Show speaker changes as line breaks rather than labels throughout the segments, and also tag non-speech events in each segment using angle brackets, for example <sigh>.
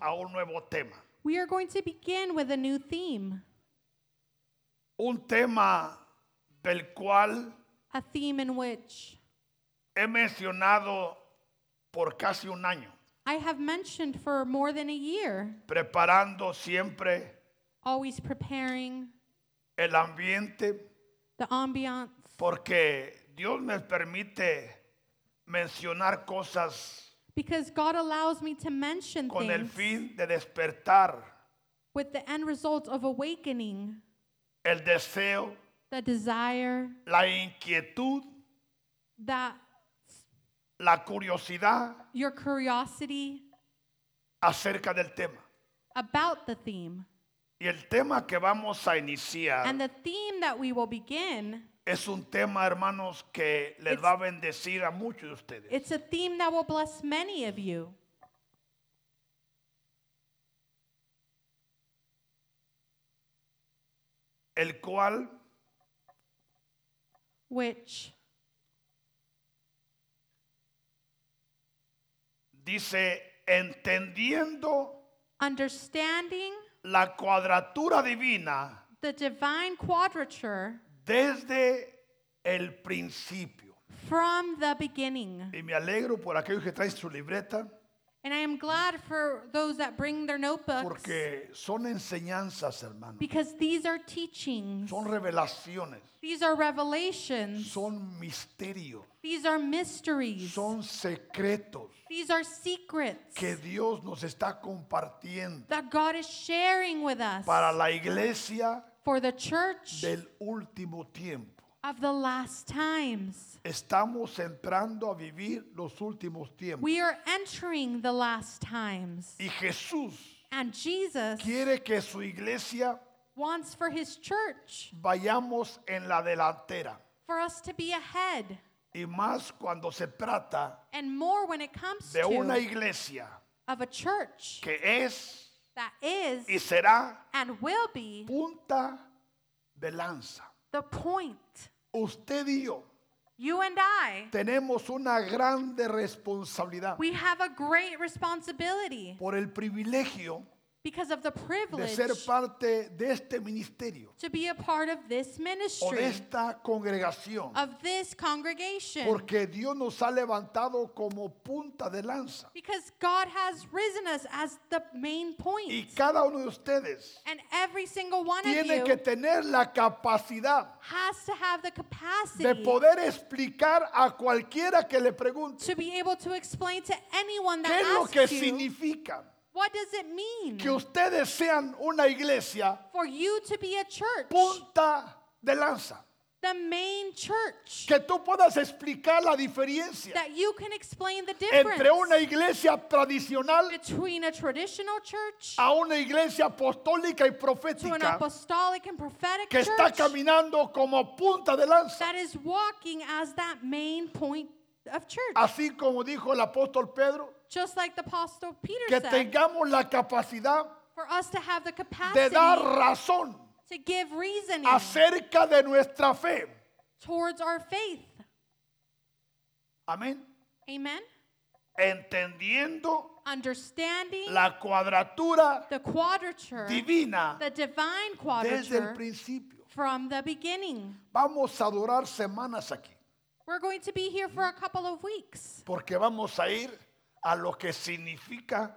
a un nuevo tema.
We are going to begin with a new theme,
Un tema del cual
a theme in which
he mencionado por casi un año,
I have mentioned for more than a year,
preparando siempre
always preparing
el ambiente
the ambiance
porque Dios me permite mencionar cosas
because God allows me to mention
con el
things
fin de despertar
with the end result of awakening
el deseo,
the desire,
la inquietud,
that
la curiosidad
your curiosity
acerca del tema.
about the theme.
Y el tema que vamos a
And
iniciar
the theme that we will begin,
es un tema, hermanos, que les
It's-
va a bendecir a muchos de ustedes.
it's a theme that will bless many of you.
El cual
Which
dice, entendiendo
understanding
la cuadratura divina
the divine quadrature
desde el principio.
from the beginning.
Y me alegro por aquellos que traen su libreta,
And I am glad for those that bring their notebooks
porque son enseñanzas, hermanos.
because these are teachings,
Son revelaciones,
these are revelations,
son misterios,
these are mysteries,
son secretos
these are secrets
que Dios nos está compartiendo
that God is sharing with us
para la iglesia
for the church
del último tiempo.
of the last times.
Estamos entrando a vivir los últimos tiempos.
We are entering the last times.
Y Jesús
And Jesus
quiere que su iglesia
wants for his church
vayamos en la delantera.
for us to be ahead
Y más cuando se trata
and more when it comes
de una
to
iglesia
of a church
que es
that is
y será
and will be
punta de lanza.
the point.
Usted y yo
You and I,
tenemos una grande responsabilidad
we have a great responsibility
por el privilegio
because of the
de
privilege
ser parte de este ministerio
to be a part of
o
this
de
ministry,
esta congregación.
of this congregation.
Porque Dios nos ha levantado como punta de lanza.
Because God has risen us as the main
Y
point.
cada uno de ustedes
And every single one of
tiene que
you
tener la capacidad
has to have the
de
capacity
poder explicar a cualquiera que le pregunte
to be able to explain to anyone
qué
that
es lo que
asks you,
significa
what does it mean
que ustedes sean una iglesia
for you to be a church,
punta de lanza.
the main church,
Que tú puedas explicar la diferencia
that you can explain the
entre una
difference
iglesia tradicional
between a traditional church
a una iglesia apostólica y
to an
profética
apostolic and prophetic
que está
church
caminando como punta de lanza.
that is walking as that main point of church.
Así como dijo el apóstol Pedro,
Just like the apostle Peter
que
said,
tengamos la capacidad
for us to have the
de
capacity
dar razón
to give reasoning
acerca de nuestra fe.
towards our faith.
Amén.
Amen.
Entendiendo
Understanding
la cuadratura
the quadrature,
divina
the divine
desde el
quadrature
principio.
from the beginning.
Vamos a durar semanas aquí,
We're going to be here for a couple of weeks
porque vamos a ir a lo que significa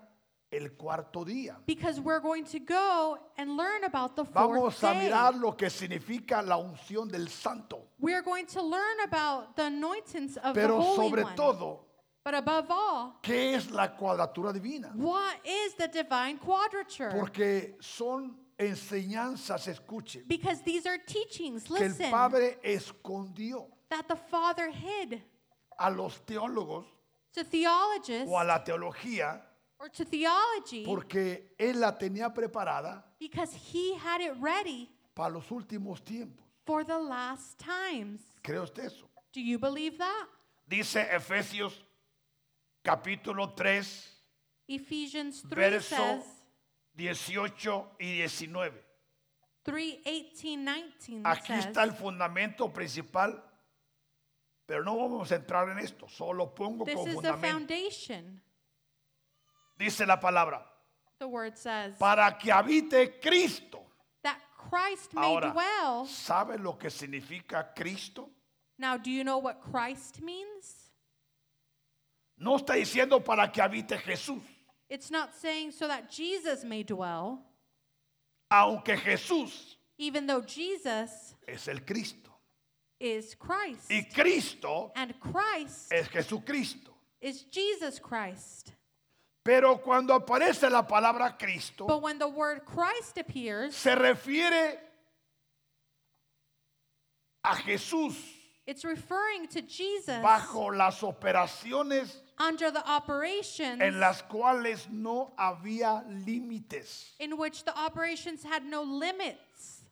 el cuarto día.
because we're going to go and learn about the fourth
Vamos a
day.
mirar lo que significa la unción del santo,
We're going to learn about the anointings of the
pero
Holy
sobre
One.
todo,
but above all,
¿qué es la cuadratura divina?
what is the divine quadrature?
Porque son enseñanzas, escuchen,
because these are teachings,
que el
listen,
Padre escondió
that the Father hid
a los teólogos
to theologists
o a la teología
or to theology
porque Él la tenía preparada
because he had it ready
para los últimos tiempos.
for the last times.
¿Cree usted eso?
Do you believe that?
Dice Efesios capítulo 3,
Ephesians 3
verso
says
18 y 19.
3 18 19
Aquí
says,
está el fundamento principal, pero no vamos a entrar en esto, solo pongo
This
como
is the
fundamento.
foundation.
Dice la palabra,
the word says
para que habite Cristo.
that Christ may
Ahora,
dwell.
¿sabe lo que significa Cristo?
Now, do you know what Christ means?
No está diciendo para que habite Jesús,
It's not saying so that Jesus may dwell,
aunque Jesús
even though Jesus
es el Cristo.
is Christ.
Y Eh. Cristo
And Christ
es Jesucristo.
is Jesus Christ.
Pero cuando aparece la palabra Cristo,
But when the word Christ appears,
se refiere a Jesús
it's referring to Jesus
bajo las operaciones
under the operations
en las cuales no había límites.
in which the operations had no limits.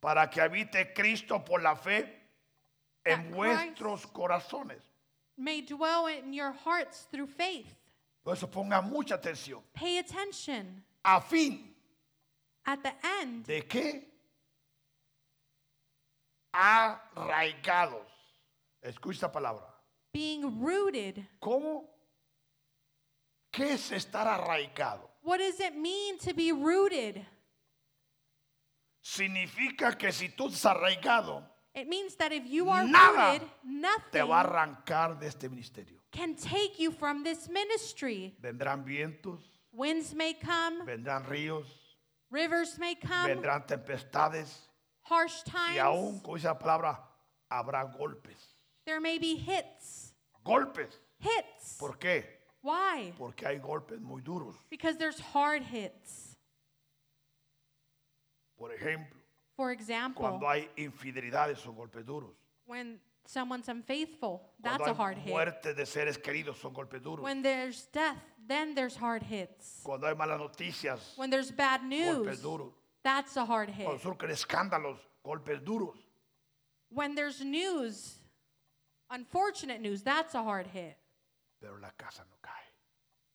para que habite Cristo por la fe en
That
vuestros corazones.
may dwell in your hearts through faith.
Por eso ponga mucha atención.
Pay attention.
¿A fin
At the end,
de qué? Arraigados. Escucha esta palabra.
being rooted.
¿Cómo? ¿Qué es estar arraigado?
What does it mean to be rooted?
Significa que si tú estás arraigado,
It means that if you are
Nada
rooted,
te va a
nothing
arrancar de este ministerio.
can take you from this ministry.
Vendrán vientos,
Winds may come,
vendrán ríos,
rivers may come,
vendrán tempestades,
harsh
Y aún,
times.
con esa palabra, habrá golpes.
There may be hits.
Golpes.
Hits.
¿Por qué?
Why?
Porque hay golpes muy duros.
Because there's hard hits.
Por ejemplo,
For example,
cuando hay infidelidades son golpes duros.
when someone's unfaithful, that's
Cuando
a
hay
hard hit.
muertes de seres queridos son golpes duros.
When there's death, then there's hard hits.
Cuando hay malas noticias,
When there's bad
golpes
news,
duros.
that's a hard hit.
Cuando surgen escándalos, golpes duros.
When there's news, unfortunate news, that's a hard hit.
Pero la casa no cae.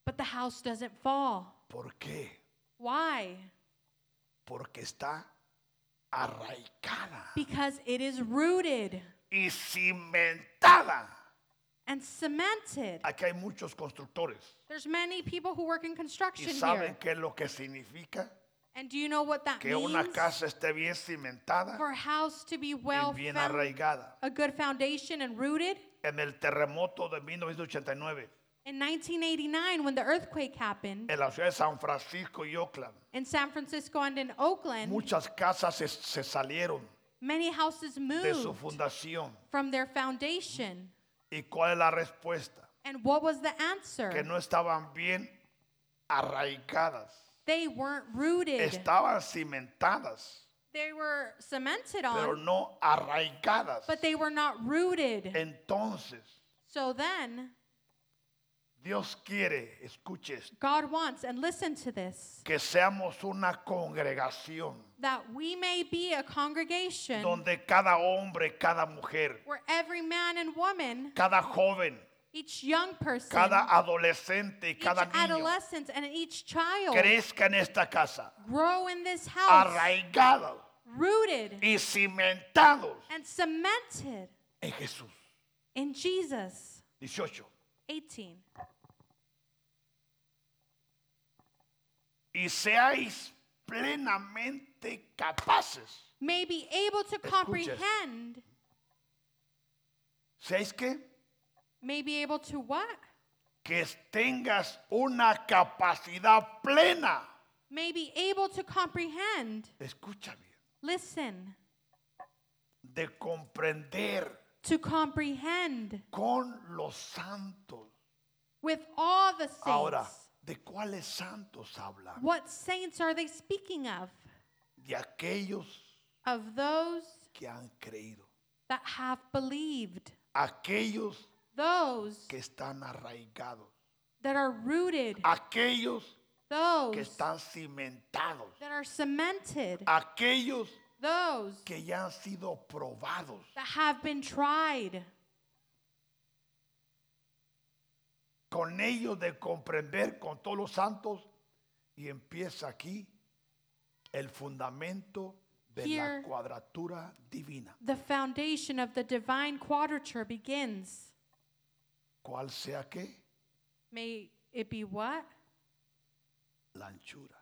But the house doesn't fall.
¿Por qué?
Why?
Porque está arraigada
Because it is rooted
y cimentada.
and cemented.
Aquí hay muchos constructores.
There's many people who work in
¿Y
construction
saben
here.
qué es lo que significa?
And do you know what that
Que una
means?
casa esté bien cimentada
For a house to be
y
well
bien
found,
arraigada.
a good foundation and rooted.
En el terremoto de 1989,
In 1989, when the earthquake happened
en la ciudad de San Francisco y Oakland,
in San Francisco and in Oakland,
muchas casas se, se salieron
many houses
de su
moved
fundación.
from their foundation.
¿Y cuál es la respuesta?
And what was the
Que
answer?
no estaban bien arraigadas.
They weren't rooted.
Estaban cimentadas,
They were cemented
pero
on,
no arraigadas.
Ah. but they were not rooted.
Entonces,
So then,
Dios quiere, escuche esto,
God wants, and listen to this,
que seamos una congregación
that we may be a congregation
donde cada hombre, cada mujer,
where every man and woman,
cada joven,
each young person,
cada adolescente y
each
cada niño
adolescent, and each child
crezca en esta casa,
grow in this house,
arraigados
rooted
y cimentados
and cemented
en Jesús.
in Jesus.
18.
18.
Y seáis plenamente capaces.
May be able to comprehend,
¿Seáis qué?
may be able to what?
Que tengas una capacidad plena.
May be able to comprehend,
Escucha bien.
listen,
De comprender
to comprehend
con los santos.
with all the saints.
Ahora, ¿de cuáles santos habla?
What saints are they speaking of?
De aquellos
Of those
que han creído,
that have believed,
aquellos
those
que están arraigados,
that are rooted,
aquellos que
those
están cimentados,
that are cemented,
aquellos
those
que ya han sido probados.
that have been tried.
Con ellos de comprender con todos los santos y empieza aquí el fundamento de la
Here.
cuadratura divina.
The foundation of the divine quadrature begins.
¿Cuál sea qué?
May it be what?
la anchura,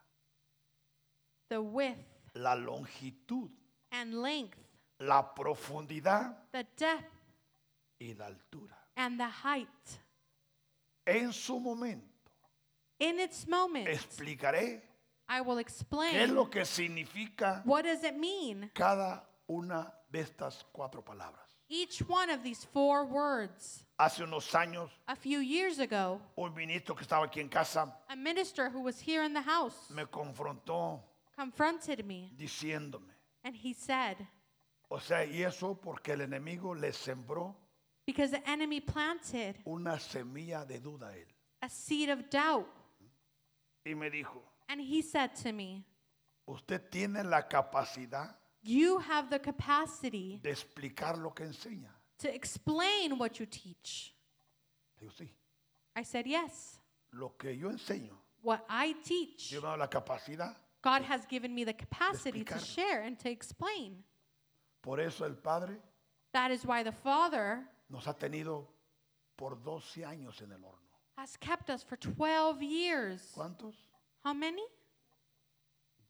the width
la longitud,
and length,
la profundidad
the depth
y la altura.
and the height.
En su momento
In its moment,
explicaré
I will
qué es
explain
lo que significa
what does it mean
cada una de estas cuatro palabras.
each one of these four words.
Hace unos años,
A few years ago,
un ministro que estaba aquí en casa
a minister who was here in the house
me confrontó
confronted me
diciéndome,
and he said,
o sea, y eso porque el enemigo le sembró
Because the enemy planted
una semilla de duda a él.
a seed of doubt.
Y me dijo,
And he said to me,
usted tiene la capacidad
You have the capacity
de explicar lo que enseña.
to explain what you teach.
Le digo, sí,
I said, Yes,
lo que yo enseño,
what I teach.
yo me doy la capacidad.
God has given me the capacity to
explicar.
share and to explain.
Por eso el Padre
That is why the Father
nos ha tenido por 12 años en el horno.
has kept us for 12 years.
¿Cuántos?
How many?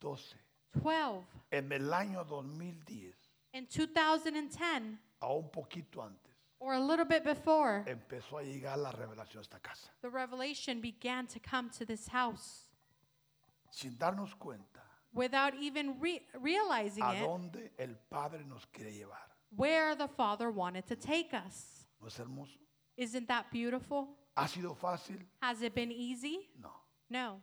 12.
12.
En el año 2010,
In 2010,
a un poquito antes,
or a little bit before,
Eh. empezó a llegar la revelación a esta casa.
the revelation began to come to this house
Sin darnos cuenta
without even re- realizing
a
it,
dónde el Padre nos quiere llevar.
where the Father wanted to take us.
¿No es hermoso?
Isn't that beautiful?
¿Ha sido fácil?
Has it been easy?
No.
No.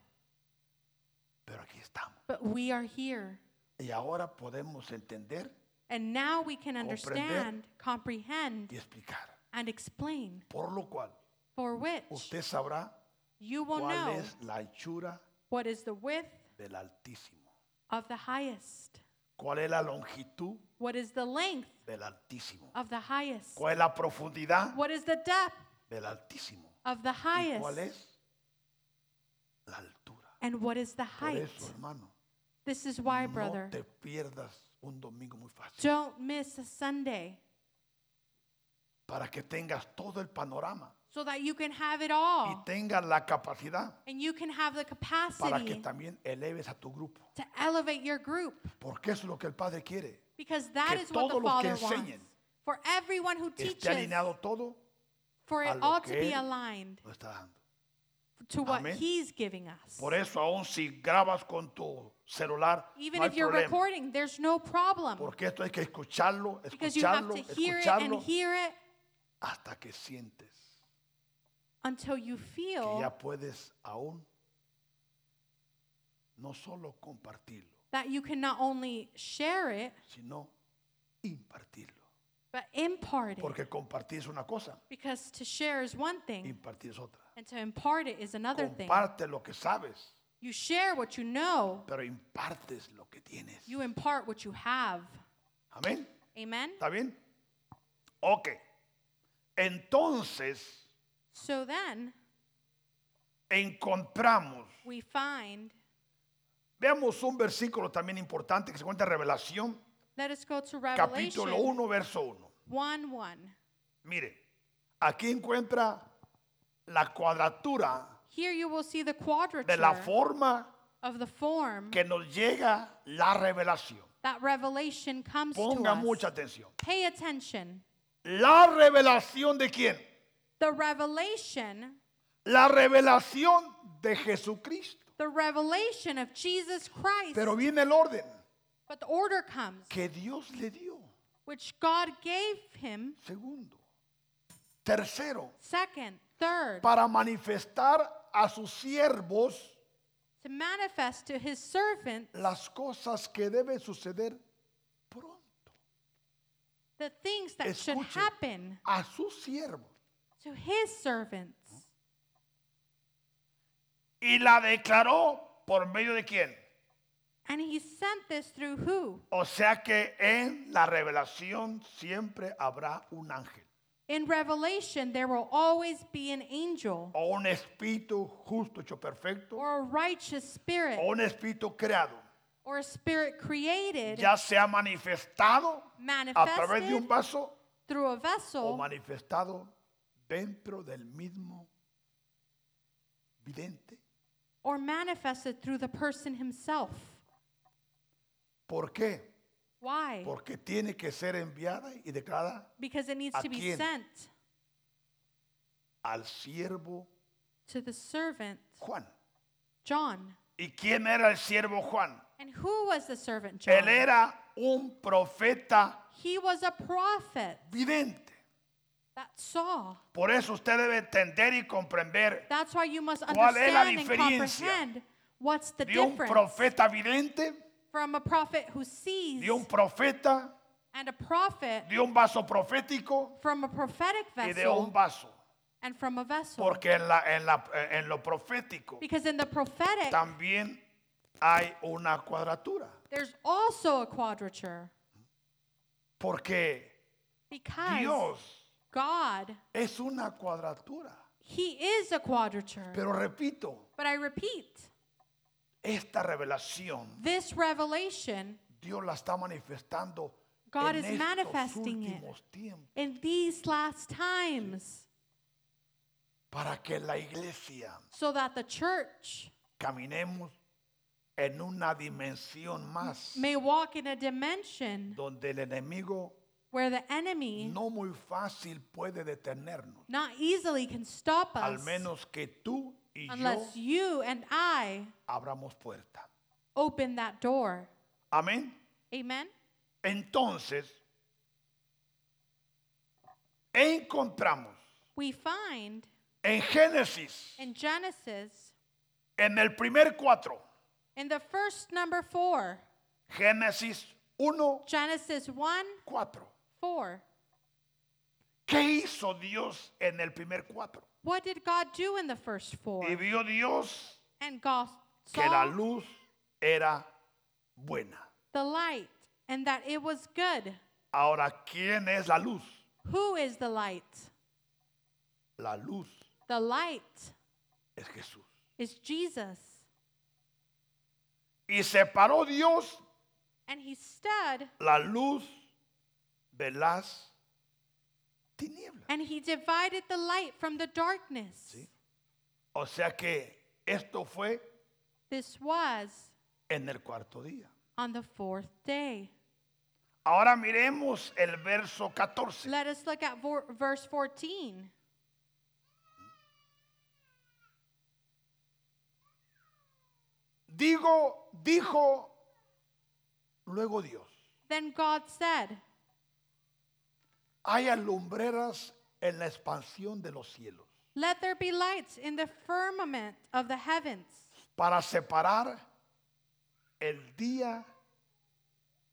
Pero aquí estamos.
But we are here.
Y ahora podemos entender
And now we can understand, comprehend,
y explicar.
and explain.
Por lo cual,
For which
usted sabrá
you will
cuál
know
es la anchura
what is the width
del Altísimo.
of the highest,
¿Cuál es la longitud
what is the length
del Altísimo?
of the highest,
¿Cuál es la profundidad
what is the depth
del Altísimo?
of the
¿Y cuál
highest,
es la altura?
and what is the
Por
height.
eso, hermano,
This is why, brother,
no te pierdas un domingo muy fácil.
don't miss a Sunday
Para que tengas todo el panorama
so that you can have it
y
all
tengas la capacidad
and you can have the
para que
capacity
también eleves a tu grupo.
to elevate your group.
Porque eso es lo que el Padre quiere.
Because that
Que
is what the
todos los que
Father wants.
enseñen
For everyone who
Esté
teaches,
alineado todo,
for
a
it
lo
all
que
to be
Él-
aligned
lo está dando.
to what
Amén.
He's giving us.
Por eso, aun si grabas con tu celular,
Even
no hay
if you're
problema.
recording, there's no problem
Porque esto hay que escucharlo,
because you have
escucharlo,
to hear it and
escucharlo
hear it
hasta que sientes
until you
que
feel
ya puedes aún no solo compartirlo,
that you can not only share it
sino impartirlo.
but impart it.
Porque compartir es una cosa,
Because to share is one thing
impartir es otra.
and to impart it is another thing.
Comparte lo que sabes,
You share what you know,
pero impartes lo que tienes.
you impart what you have.
Amén.
Amen?
¿Está bien? Ok. Entonces
So then
encontramos,
we find,
veamos un versículo también importante que se encuentra en Revelación,
let us go to
capítulo
Revelation
1, verso 1.
1 1.
Mire, aquí encuentra la cuadratura
Here you will see the
de la
quadrature
forma
of the form
que nos llega la revelación.
that revelation comes to
Ponga
us.
mucha atención.
Pay attention.
La revelación de quién?
The revelation,
La revelación de Jesucristo.
the revelation of Jesus Christ.
Pero viene el orden
but the order comes,
que Dios le dio.
which God gave him.
Segundo. Tercero,
Second, third,
para manifestar a sus siervos
to manifest to his servant
las cosas que deben suceder pronto.
the things that should
Escuche.
happen
A sus siervos.
to his servants.
Y la declaró por medio de quién?
And he sent this through who?
O sea que en la revelación siempre habrá un ángel
In Revelation, there will always be an angel
o un espíritu justo hecho perfecto
or a righteous spirit
o un espíritu creado,
or a spirit created,
ya sea manifestado a través de un
manifested
vaso
through a
o
vessel
manifestado dentro del mismo vidente
or manifested through the person himself.
¿Por qué?
Why?
Porque tiene que ser enviada y declarada
Because it needs
¿A
to be
quién?
sent
al siervo
to the servant
Juan.
John.
¿Y quién era el siervo Juan?
And who was the servant
Él
John?
era un profeta
He was a prophet
vidente.
that saw.
Por eso usted debe entender y comprender
That's why you must
¿Cuál es la
understand and
diferencia
comprehend what's the
de un
difference
profeta vidente,
from a prophet who sees
de un profeta,
and a prophet
de un vaso profético
from a prophetic
y de un
vessel
vaso.
and from a vessel.
Porque en, la- en la- en lo profético
Because in the prophetic,
también hay una cuadratura.
there's also a quadrature.
Porque
Because
Dios
God,
es una cuadratura.
He is a quadrature.
Pero repito,
But I repeat,
esta revelación
this revelation
Dios la está manifestando
God
en
is
estos
manifesting it.
últimos tiempos
in these last times
para que la iglesia
so that the church
caminemos en una dimensión más
may walk in a dimension
donde el enemigo
where the enemy
no muy fácil puede detenernos,
not easily can stop
al
us
menos que tú y yo
unless you and I
abramos puerta.
open that door.
Amén.
Amen.
Entonces, encontramos
We find
en Génesis,
in Genesis,
en el primer cuatro,
in the first number four,
Génesis 1,
Genesis 1
4.
4.
¿Qué hizo Dios en el primer cuatro?
What did God do in the first four?
Y vio Dios
And God
que la
saw
luz era buena.
the light and that it was good.
Ahora, ¿quién es la luz?
Who is the light?
La luz
The light
es Jesús.
is Jesus.
Y separó Dios
And he stood
la luz de las tinieblas.
and he divided the light from the darkness.
Sí. O sea que esto fue
This was
en el cuarto día.
on the fourth day.
Ahora miremos el verso 14.
Let us look at vor- verse 14.
Digo, dijo luego Dios.
Then God said,
Hay alumbreras en la expansión de los cielos
Let there be lights in the firmament of the heavens
para separar el día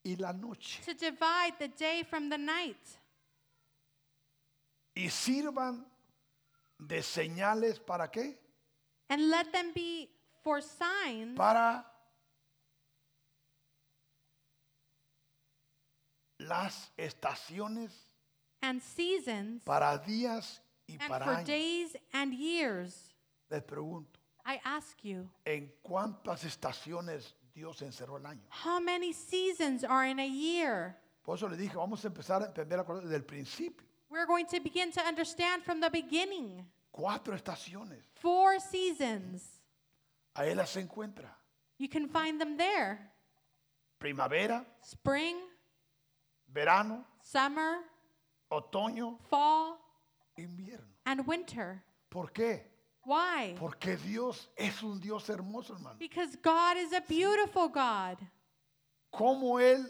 y la noche
to divide the day from the night,
y sirvan de señales para qué?
and let them be for signs
Para las estaciones,
and seasons,
para días y
and
para
for
años.
days and years.
Les pregunto,
I ask you,
¿en cuántas estaciones Dios encerró el año?
how many seasons are in a year?
Por eso le dije, vamos a empezar a entender la cosa desde el principio.
We're going to begin to understand from the beginning.
Cuatro estaciones.
Four seasons.
Ahí las encuentra.
You can find them there
Primavera,
spring,
verano,
summer,
otoño,
fall,
invierno.
and winter.
¿Por qué?
Why?
Porque Dios es un Dios hermoso, hermano.
Because God is a beautiful God.
Como Él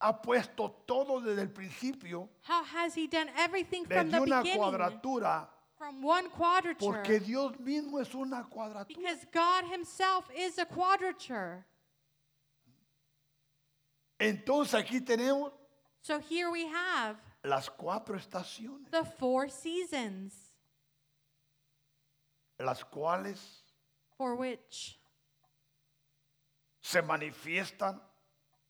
ha puesto todo desde el principio,
How has He done everything
desde
from the
una
beginning?
cuadratura,
From one
porque
quadrature.
Dios mismo es una cuadratura.
Because God Himself is a quadrature.
Entonces aquí tenemos
So here we have
las cuatro estaciones,
the four seasons
las cuales
for which
se manifiestan,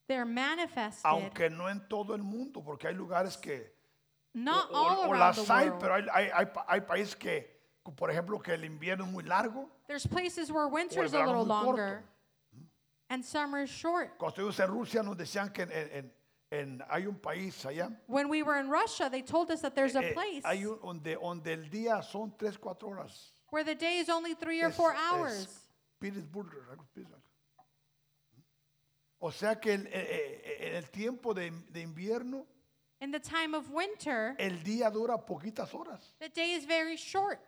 they're manifested.
aunque no en todo el mundo, porque hay lugares que
Not
o, o-
all
o
around the
las hay,
world.
pero hay, hay- hay pa- hay países que, por ejemplo, que el invierno es muy largo,
There's places where
o el
winter's a
verano
little
es muy
longer
corto.
and summer is short.
Cuando estuvimos en Rusia nos decían que en, en- en- en- hay un país allá,
When we were in Russia, they told us that there's a
eh,
place
hay un, donde, donde el día son 3, 4 horas.
where the day is only three or
Es-
four
es
hours.
Petersburg. Pittsburgh. O sea que el- eh, eh, en el tiempo de, de invierno,
In the time of winter,
el día dura poquitas horas,
the day is very short,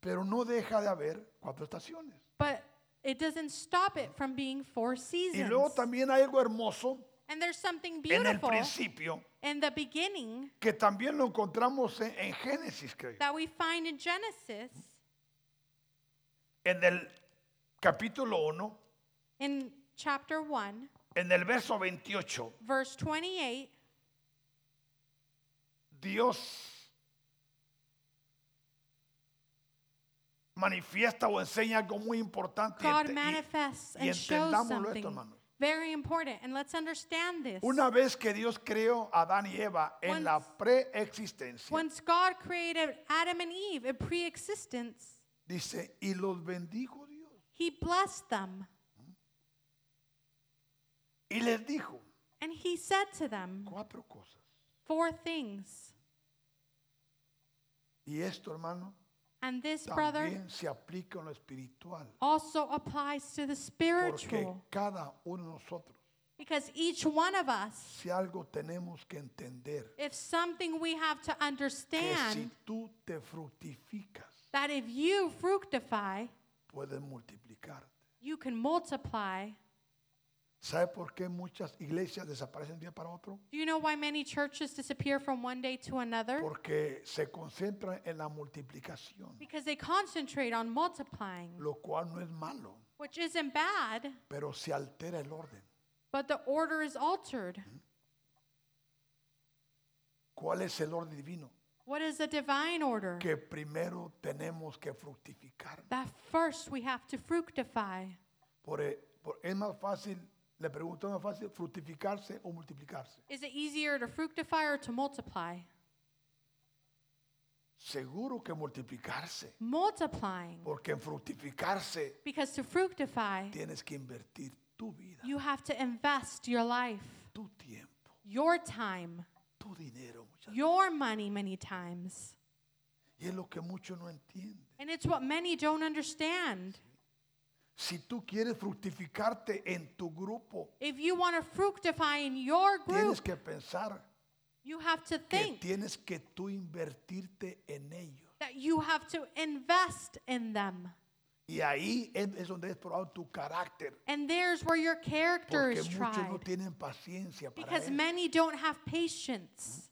pero no deja de haber cuatro estaciones.
but it doesn't stop it from being four
Y
seasons.
luego también hay algo hermoso
And there's something
en el
beautiful
principio
in the beginning
que también lo encontramos en, en Génesis, creo.
that we find in Genesis
En el capítulo 1,
in chapter 1,
en el verso 28,
verse 28.
Dios manifiesta o enseña algo muy importante. y
God
ente- y-
manifests
y
and shows
entendámoslo esto,
something
hermanos.
very important. And let's understand this.
Una vez que Dios creó a Adán y Eva en la
Once-
preexistencia,
Once God created Adam and Eve in pre existence,
dice, y los bendijo Dios.
He blessed them
Y les dijo
and He said to them
cuatro cosas.
four things.
Y esto, hermano,
And this, brother,
también se aplica en lo espiritual.
also applies to the
Porque
spiritual
cada uno de nosotros,
because each one of us,
si algo tenemos que entender,
if something we have to
que si
understand,
tú te fructificas,
that if you fructify,
puedes multiplicarte.
you can multiply.
¿Sabe por qué muchas iglesias desaparecen de un día para otro?
Do you know why many churches disappear from one day to another?
Porque se concentran en la multiplicación,
Because they concentrate on multiplying,
lo cual no es malo,
which isn't bad,
pero se altera el orden.
but the order is altered.
¿Cuál es el orden divino?
What is the divine order?
Que primero tenemos que fructificar.
That first we have to fructify.
Por, e- por- es más fácil, le pregunto, ¿es más fácil fructificarse o multiplicarse?
Is it easier to fructify or to multiply?
Seguro que multiplicarse,
Multiplying.
porque en fructificarse
Because to fructify,
tienes que invertir tu vida,
you have to invest your life,
tu tiempo,
your time,
tu dinero. muchas veces.
your money many times.
Y es lo que muchos no entienden.
And it's what many don't understand.
Si tú quieres fructificarte en tu grupo,
If you want to fructify in your group,
tienes que pensar
you have to
que
think
tienes que tú invertirte en ellos.
that you have to invest in them.
Y ahí es, es donde es probado tu carácter.
And there's where your character
Porque
is
muchos no
tried.
tienen paciencia para
Because
eso.
many don't have patience.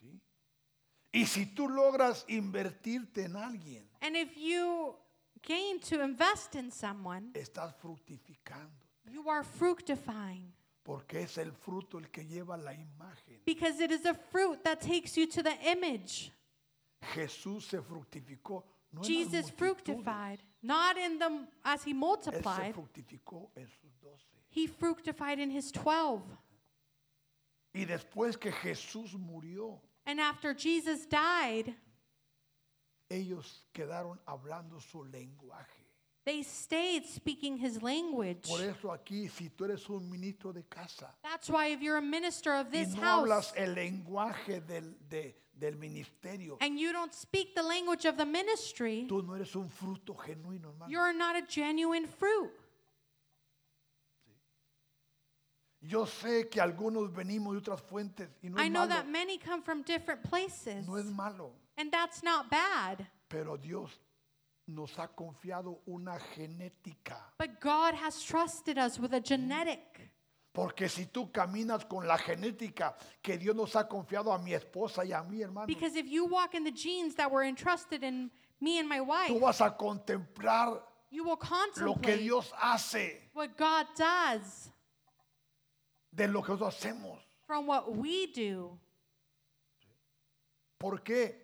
¿sí? Y si tú logras invertirte en alguien,
And if you gain to invest in someone,
estás fructificando.
you are fructifying.
Porque es el fruto el que lleva la imagen.
Because it is a fruit that takes you to the image.
Jesús se fructificó. No en las
Jesus
multitudes.
fructified, not in them as he
Él se
multiplied,
fructificó en sus doce.
he fructified in his 12.
Y después que Jesús murió,
And after Jesus died,
ellos quedaron hablando su lenguaje.
they stayed speaking his language.
Por eso aquí, si tú eres un ministro de casa
That's why if you're a minister of
y
this
no
house
hablas el lenguaje del, de- del ministerio,
and you don't speak the language of the ministry,
tú no eres un fruto genuino, hermano.
you're not a genuine fruit.
Yo sé que algunos venimos de otras fuentes y no
I
es
know
malo,
that many come from different places,
no es malo,
and that's not bad.
pero Dios nos ha confiado una genética.
But God has trusted us with a genetic.
Porque si tú caminas con la genética que Dios nos ha confiado a mi esposa y a mí, hermano,
Because if you walk in the genes that were entrusted in me and my wife,
tú vas a contemplar
you
lo
will
que
contemplate
Dios hace
what God does
de lo que nosotros hacemos.
from what we do.
¿Por qué?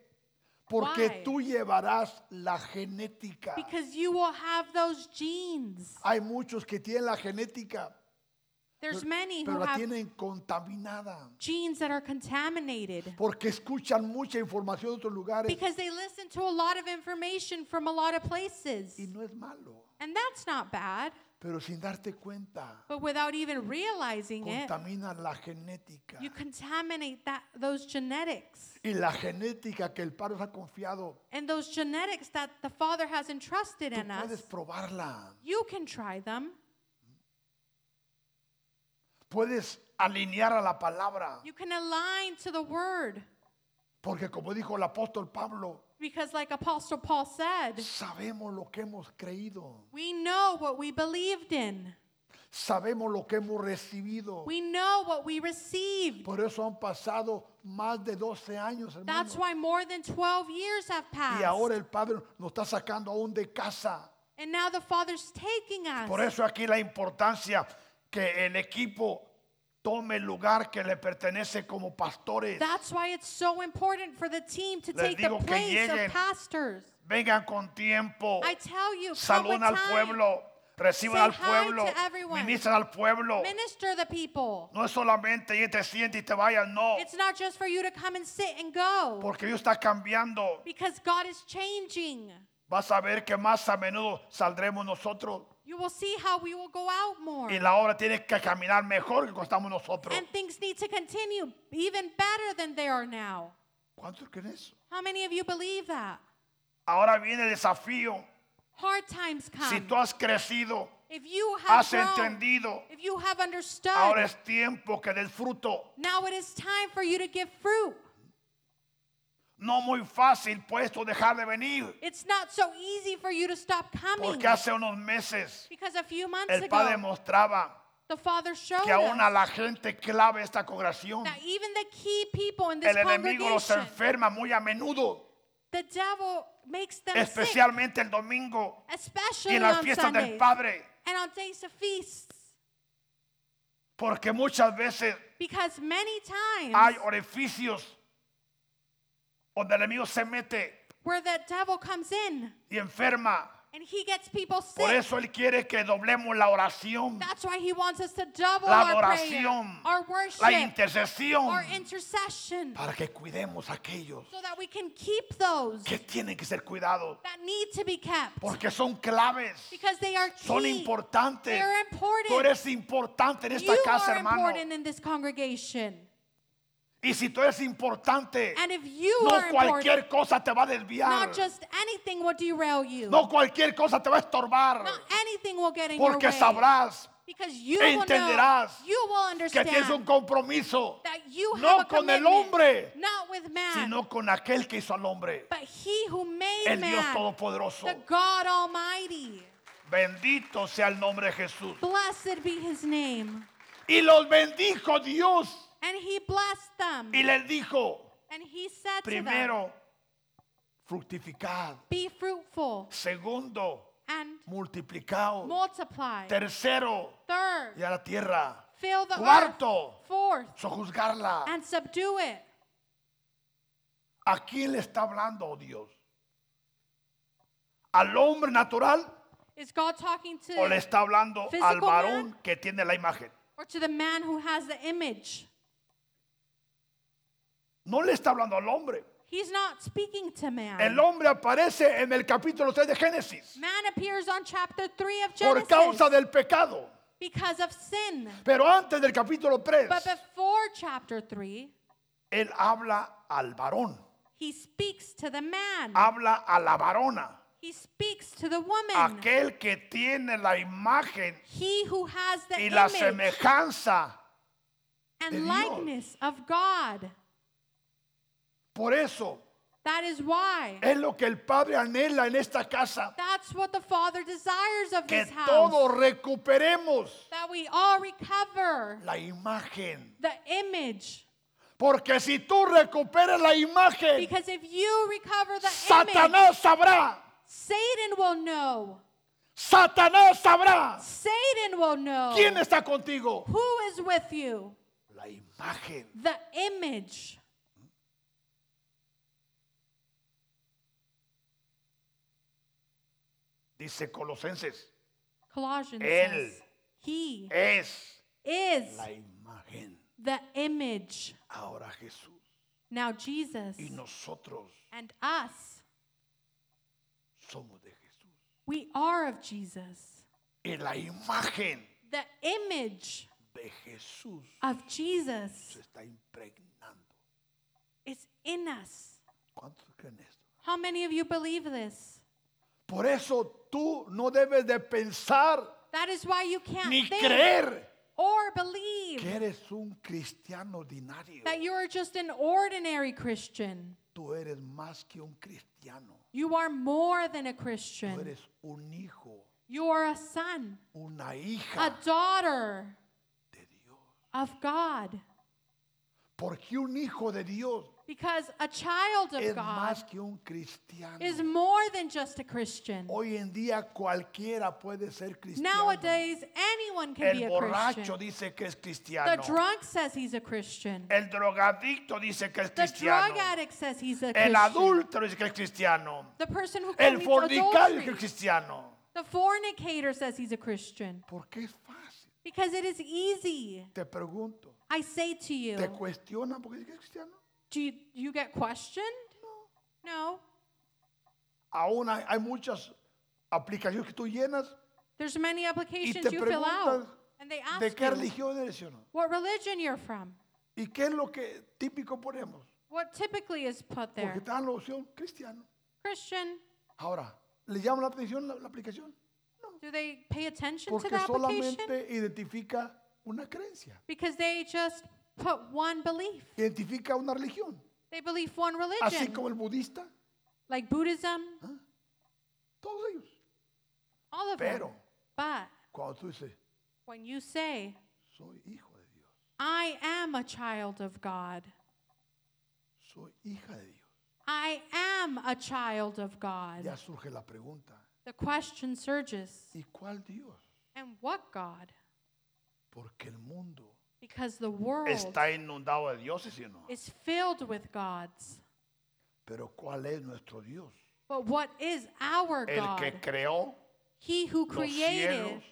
Porque
Why?
tú llevarás la genética.
Because you will have those genes.
Hay muchos que tienen la genética,
There's many
pero
who
la
have
tienen contaminada.
genes that are contaminated
Porque escuchan mucha información de otros lugares
because they listen to a lot of information from a lot of places.
y no es malo.
And that's not bad.
Pero sin darte cuenta,
But without even realizing it,
contaminas la genética.
you contaminate that those genetics.
Y la genética que el Padre nos ha confiado,
And those genetics that the Father has entrusted
tú
in us,
puedes probarla.
you can try them.
Puedes alinear a la palabra.
You can align to the word.
Porque como dijo el apóstol Pablo,
Because, like Apostle Paul said,
sabemos lo que hemos creído.
we know what we believed in,
Sabemos lo que hemos recibido.
we know what we received.
Por eso han pasado más de 12 años, hermano.
That's why more than 12 years have
Y
passed.
ahora el Padre nos está sacando aún de casa.
And now the Father's taking us.
Por eso aquí la importancia que el equipo tome el lugar que le pertenece como pastores.
That's why it's so important for the team to
Les
take the
digo que
place
lleguen.
of pastors.
Vengan con tiempo.
I tell you, come with
Saluden al
time.
pueblo. Reciban
Say
al
hi
pueblo.
to everyone.
Ministran al pueblo.
Minister the people.
No es solamente y te sientes y te vayas, no.
It's not just for you to come and sit and go.
Porque Dios está cambiando.
Because God is changing.
Vas a ver que más a menudo saldremos nosotros.
You will see how we will go out more.
Y la obra tiene que caminar mejor que cuando estamos nosotros.
And things need to continue even better than they are now.
¿Cuántos creen eso?
How many of you believe that?
Ahora viene el desafío.
Hard times come.
Si tú has crecido,
if you have
has
grown,
entendido,
if you have understood,
ahora es tiempo que des fruto.
now it is time for you to give fruit.
No muy fácil, puesto dejar de venir.
It's not so easy for you to stop coming.
Porque hace unos meses
Because a few months
el Padre
ago,
mostraba
the Father showed
que aún a
us
la gente clave de esta congregación,
that even the key people in this
el enemigo los
congregation,
enferma muy a menudo,
the devil makes them sick,
especialmente el domingo y
especially
en las
on
fiestas del
Sundays
Padre.
and on days of feasts.
Porque muchas veces
Because many
hay
times
orificios donde el enemigo se mete
where the devil comes in
y enferma.
and he gets people
Por
sick.
eso él quiere que doblemos la oración,
That's why he wants us to double
la
our prayer,
adoración,
our
la
worship,
intercesión,
our intercession,
para que cuidemos a aquellos
so that we can keep those
que tienen que ser cuidados,
that need to be kept.
porque son claves,
Because they are key.
son importantes.
They're important.
Tú eres importante en esta
you
casa,
are
hermano.
important in this congregation.
Y si tú eres importante,
And if you
Eh, no
are important,
cualquier cosa te va a desviar,
not just anything will derail you.
no cualquier cosa te va a estorbar,
Not anything will get in your
porque
way.
sabrás
because you
e
will know,
entenderás
you will
que
understand
tienes un compromiso,
that you
no
have a
con el
commitment,
hombre,
not with man,
sino con aquel que hizo al hombre,
but he who made
el Dios
man,
Todopoderoso.
the God Almighty.
Bendito sea el nombre de Jesús.
Blessed be his name.
Y los bendijo Dios
And he blessed them.
y les dijo,
and he said to them,
primero, fructificad.
Be fruitful
Segundo,
and
multiplicado.
multiply.
Tercero, y
Third,
a la tierra.
fill the
Cuarto,
earth. Fourth,
sojuzgarla.
and subdue it.
¿A quién le está hablando oh Dios? ¿Al hombre natural
Is God talking
o le
to
está hablando al
Physical
varón
man?
que tiene la imagen?
or to the man who has the image?
No le está hablando al hombre.
He's not speaking to
El
man.
hombre aparece en el capítulo 3 de Génesis
Man appears on chapter 3 of
por causa
Genesis
del pecado.
because of sin.
Pero antes del capítulo 3,
But before chapter 3,
él habla al varón,
he speaks to the man.
habla a la varona,
He speaks to the woman.
aquel que tiene la imagen
He who has the
y la
image
semejanza. de Dios.
and likeness of God.
Por eso
That is why.
es lo que el Padre anhela en esta casa,
That's what the Father desires of
que
this house.
todos recuperemos
That we all recover
la imagen.
the image.
Porque si tú recuperas la imagen,
Because if you recover the image,
Satanás sabrá,
Satan will know.
Satanás sabrá
Satan will know.
quién está contigo.
Who is with you?
La imagen.
The image.
Dice Colosenses,
Colossians
Él
says, He
es
is
la imagen.
the image.
Ahora Jesús
Now Jesus
y nosotros
and us,
somos de Jesús.
we are of Jesus.
y la imagen
The image
de Jesús
of Jesus
se está impregnando.
is in us.
¿Cuántos creen esto?
How many of you believe this?
Por eso tú no debes de pensar
That is why you can't
ni
think
creer
or believe
que eres un cristiano ordinario.
that you are just an ordinary Christian.
Tú eres más que un cristiano.
You are more than a
Tú
Christian.
eres un hijo,
You are a son,
una
a
hija
daughter
de Dios.
of God.
Porque un hijo de Dios
Because a child of
es
God
más que un cristiano.
is more than just a Christian.
Hoy en día cualquiera puede ser cristiano.
Nowadays, anyone can be
El
a
borracho
Christian.
dice que es
The
cristiano.
drunk says he's a Christian.
El drogadicto dice que es
The drug
cristiano.
addict says he's a
El
Christian.
adúltero dice que es cristiano.
The person who
El
commits
fornicario dice que es
adultery.
cristiano.
The fornicator says he's a Christian.
Porque es fácil.
Because it is easy.
Te pregunto.
I say to you,
¿Te cuestionan porque dice que es cristiano?
do you, you get questioned?
No.
No.
Aún hay, hay muchas aplicaciones que tú llenas
There's many applications
te
you fill out.
preguntan,
And they
de
ask
qué
you
religión eres Ah, ¿sí o no.
what religion you're from.
¿Y qué es lo que típico ponemos?
What typically is
Porque
put there.
te dan la opción cristiano.
Christian.
Ahora, ¿le llama la atención la, la aplicación?
Do they pay attention to the
Porque
application?
solamente identifica una creencia,
Because they just put one belief.
identifica una religión.
They believe one
Así
religion.
como el budista,
Like Buddhism,
todos ellos.
all of them.
Pero
But
cuando tú dices,
when you say,
soy hijo de Dios,
I am a child of God,
soy hija de Dios,
I am a child of God,
ya surge la pregunta,
the question surges.
¿y cuál Dios?
And what God?
Porque el mundo
Because the world
está inundado de dioses, ¿sí o no?
is filled with gods.
Pero ¿cuál es nuestro Dios?
But what is our
El
God?
que creó
he who
los
created
cielos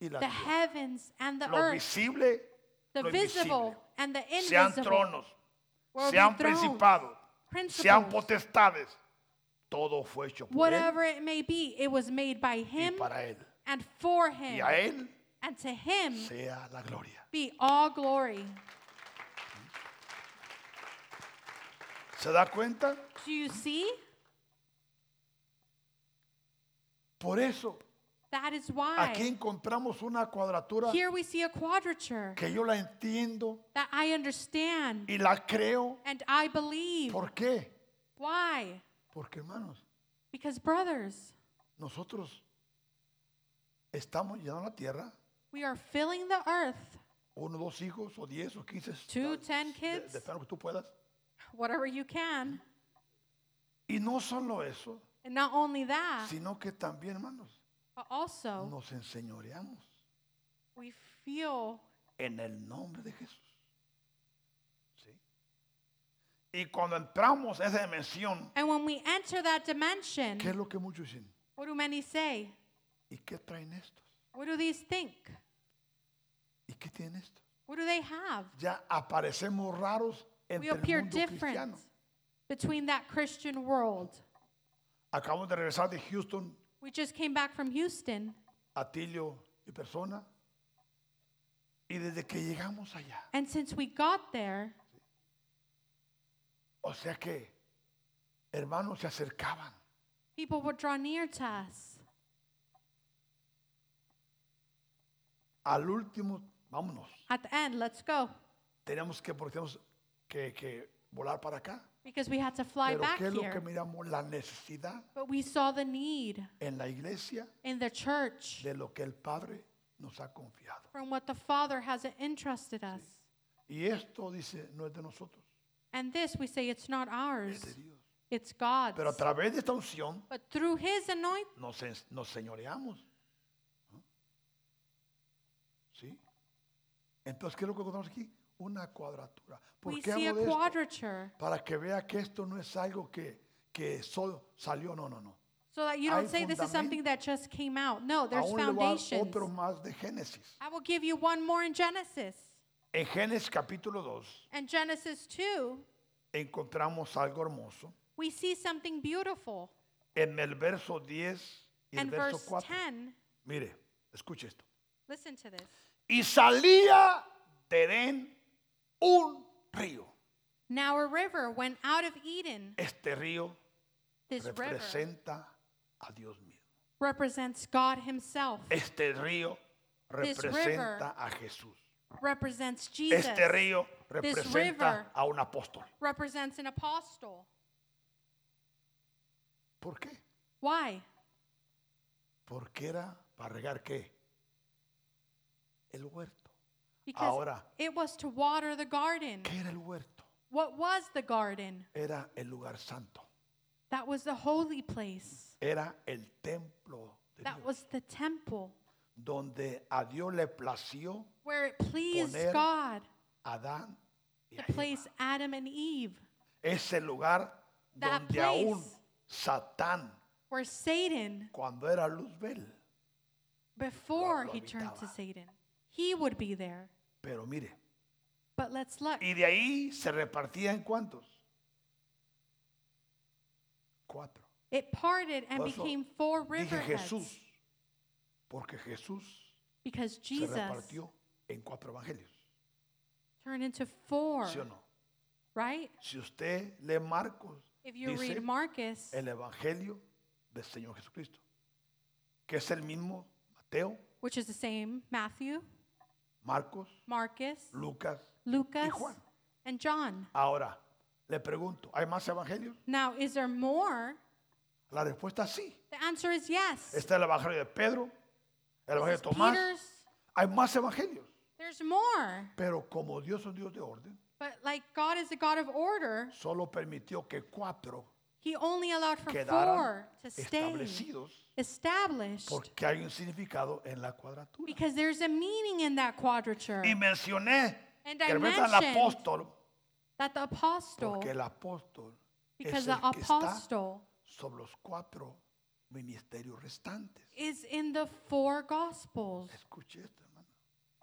y la
the
tierra,
heavens and the
lo
earth,
visible,
the
lo
visible
invisible,
and the
sean
invisible,
tronos,
world
sean
and thrones,
principados, sean
principles,
potestades, todo fue hecho por él
whatever it may be, it was made by
y
him
para él.
and for
Y
him.
a él
And to him
sea la gloria.
be all glory.
¿Se da cuenta?
Do you see?
Por eso
That is why
aquí encontramos una cuadratura
here we see a quadrature
que yo la entiendo
that I understand
y la creo.
and I believe.
¿Por qué?
Why?
Porque hermanos,
Because, brothers,
nosotros estamos llenando la tierra,
we are filling the earth,
uno, dos hijos, o diez, o quince. tal,
Two, ten
de-
kids.
Depende de lo que tú puedas.
whatever you can.
Y no solo eso,
And not only that,
sino que también, hermanos,
but also
nos enseñoreamos
we feel
en el nombre de Jesús. ¿Sí? Y cuando entramos a esa dimensión,
And when we enter that dimension,
¿qué es lo que muchos dicen?
what do many say?
¿Y qué traen estos?
What do these think?
¿Y qué tienen estos?
What do they have?
Ya aparecemos raros
We
entre el
appear
mundo
different
cristiano.
between that Christian world.
Acabamos de regresar de Houston,
We just came back from Houston,
Atilio y persona. Y desde que llegamos allá,
and since we got there,
o sea que hermanos se acercaban.
people would draw near to us.
Al último, vámonos.
At the end, let's go,
Tenemos que, porque tenemos que, que volar para acá.
because we had to fly
Pero
back
¿qué es lo que
here.
miramos? La necesidad
But we saw the need
en la iglesia
in the church
de lo que el Padre nos ha confiado.
from what the Father has entrusted us.
Y esto, dice, no es de nosotros,
And this, we say, it's not
es de
ours,
Dios.
it's God's.
Pero a través de esta unción
But through His anointing,
nos, en- nos señoreamos. ¿no? ¿Sí? Entonces, ¿qué es lo que encontramos aquí? Una cuadratura. ¿Por
we
qué
see a
hablo de esto?
quadrature
Para que vea que esto no es algo que, que solo salió, no, no, no.
so that you
Hay
don't say this is something
fundamento.
that just came out. No, there's
Aún le voy a dar
foundations.
otro más de Génesis.
I will give you one more in Genesis.
En Génesis capítulo 2
In Genesis 2,
encontramos algo hermoso.
we see something beautiful.
en el verso 10 y el
And
verso
verse
4.
10,
Mire, Escuche esto.
Listen to this.
Y salía de Edén un río.
Now a river went out of Eden.
Este río
This river
representa a Dios mismo.
represents God Himself,
Este río
This river-
representa a Jesús.
represents Jesus,
Este río
river-
representa a un apóstol.
represents an apostle.
¿Por qué?
Why?
Porque era para regar qué? El huerto.
Because
Ahora.
it was to water the garden.
¿Qué era el huerto?
What was the garden?
Era el lugar santo.
That was the holy place.
Era el templo de
That
Dios.
was the temple
Donde a Dios le plació
where it pleased
Poner-
God
a Adán y
to
a Eva.
place Adam and Eve,
Ese lugar
That
donde
place.
aún Satán,
where Satan,
cuando era Luzbel,
before
lo
he turned to
habitaba.
Satan, he would be there.
pero mire,
But let's look.
y de ahí se repartía en cuántos? Cuatro.
It parted and
Por eso
became four
Dije
riverheads
Jesús, porque Jesús
because
se
Jesus
repartió en cuatro evangelios.
turned into four,
¿Sí o no?
right?
Si usted lee Marcos,
If you
dice
read Marcus,
el evangelio del Señor Jesucristo, que es el mismo Mateo,
which is the same Matthew,
Marcos,
Marcus,
Lucas.
Lucas,
Juan.
and John.
Ahora, le pregunto, ¿hay más evangelios?
Now, is there more?
La respuesta es sí.
The answer is yes.
Está el evangelio de Pedro, el evangelio de
This is
Tomás.
Peter's.
Hay más evangelios.
There's more.
Pero como Dios es un Dios de orden,
But like God is a God of order,
solo permitió que cuatro
He only allowed for four
quedaran
to stay
establecidos
established
porque hay un significado en la cuadratura.
because there's a meaning in that quadrature.
Y mencioné
And
que
I
representa al
mentioned-
apóstol
That the apostle,
porque el apóstol
because
es el
the
que está
apostle
sobre los cuatro ministerios restantes.
is in the four gospels.
Escuche esto, hermano.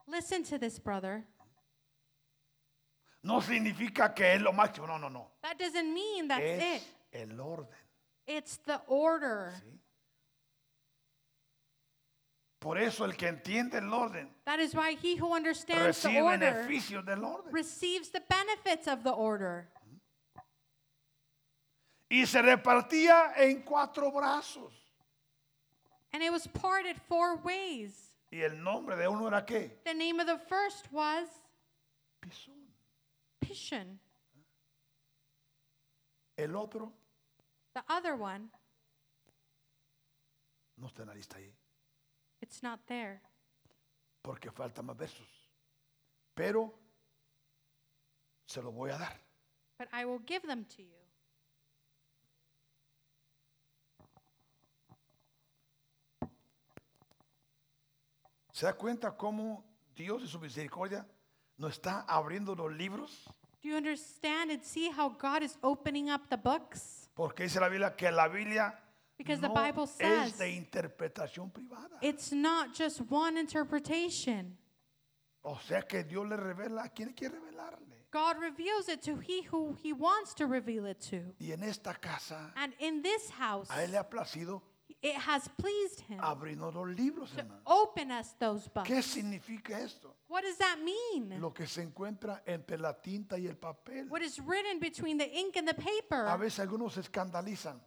Listen to this, brother.
No significa que es lo máximo, no, no, no.
That doesn't mean that's it.
es el orden.
It's the order.
¿sí? Por eso el que entiende el orden
That is why he who understands the
recibe
order
beneficios del orden
receives the benefits of the order.
y se repartía en cuatro brazos.
And it was parted four ways.
Y el nombre de uno era qué?
The name of the first was
Pisón.
Pishon,
El otro
the other one,
no está en la lista ahí
it's not there.
porque faltan más versos. Pero se lo voy a dar.
But I will give them to you.
¿Se da cuenta cómo Dios en su misericordia nos está abriendo los libros?
Do you understand and see how God is opening up the books?
Porque dice la Biblia que la Biblia
Because the
no
Bible
es
says-
de interpretación privada.
It's not just one interpretation.
O sea que Dios le revela a quien quiere revelarle.
God reveals it to he who he wants to reveal it to.
Y en esta casa,
And in this house,
a Él le ha placido
it has pleased him
abrirnos los libros,
to
hermano.
open us those books.
¿Qué significa esto?
What does that mean?
Lo que se encuentra entre la tinta y el papel.
What is written between the ink and the
A
paper?
veces algunos se escandalizan.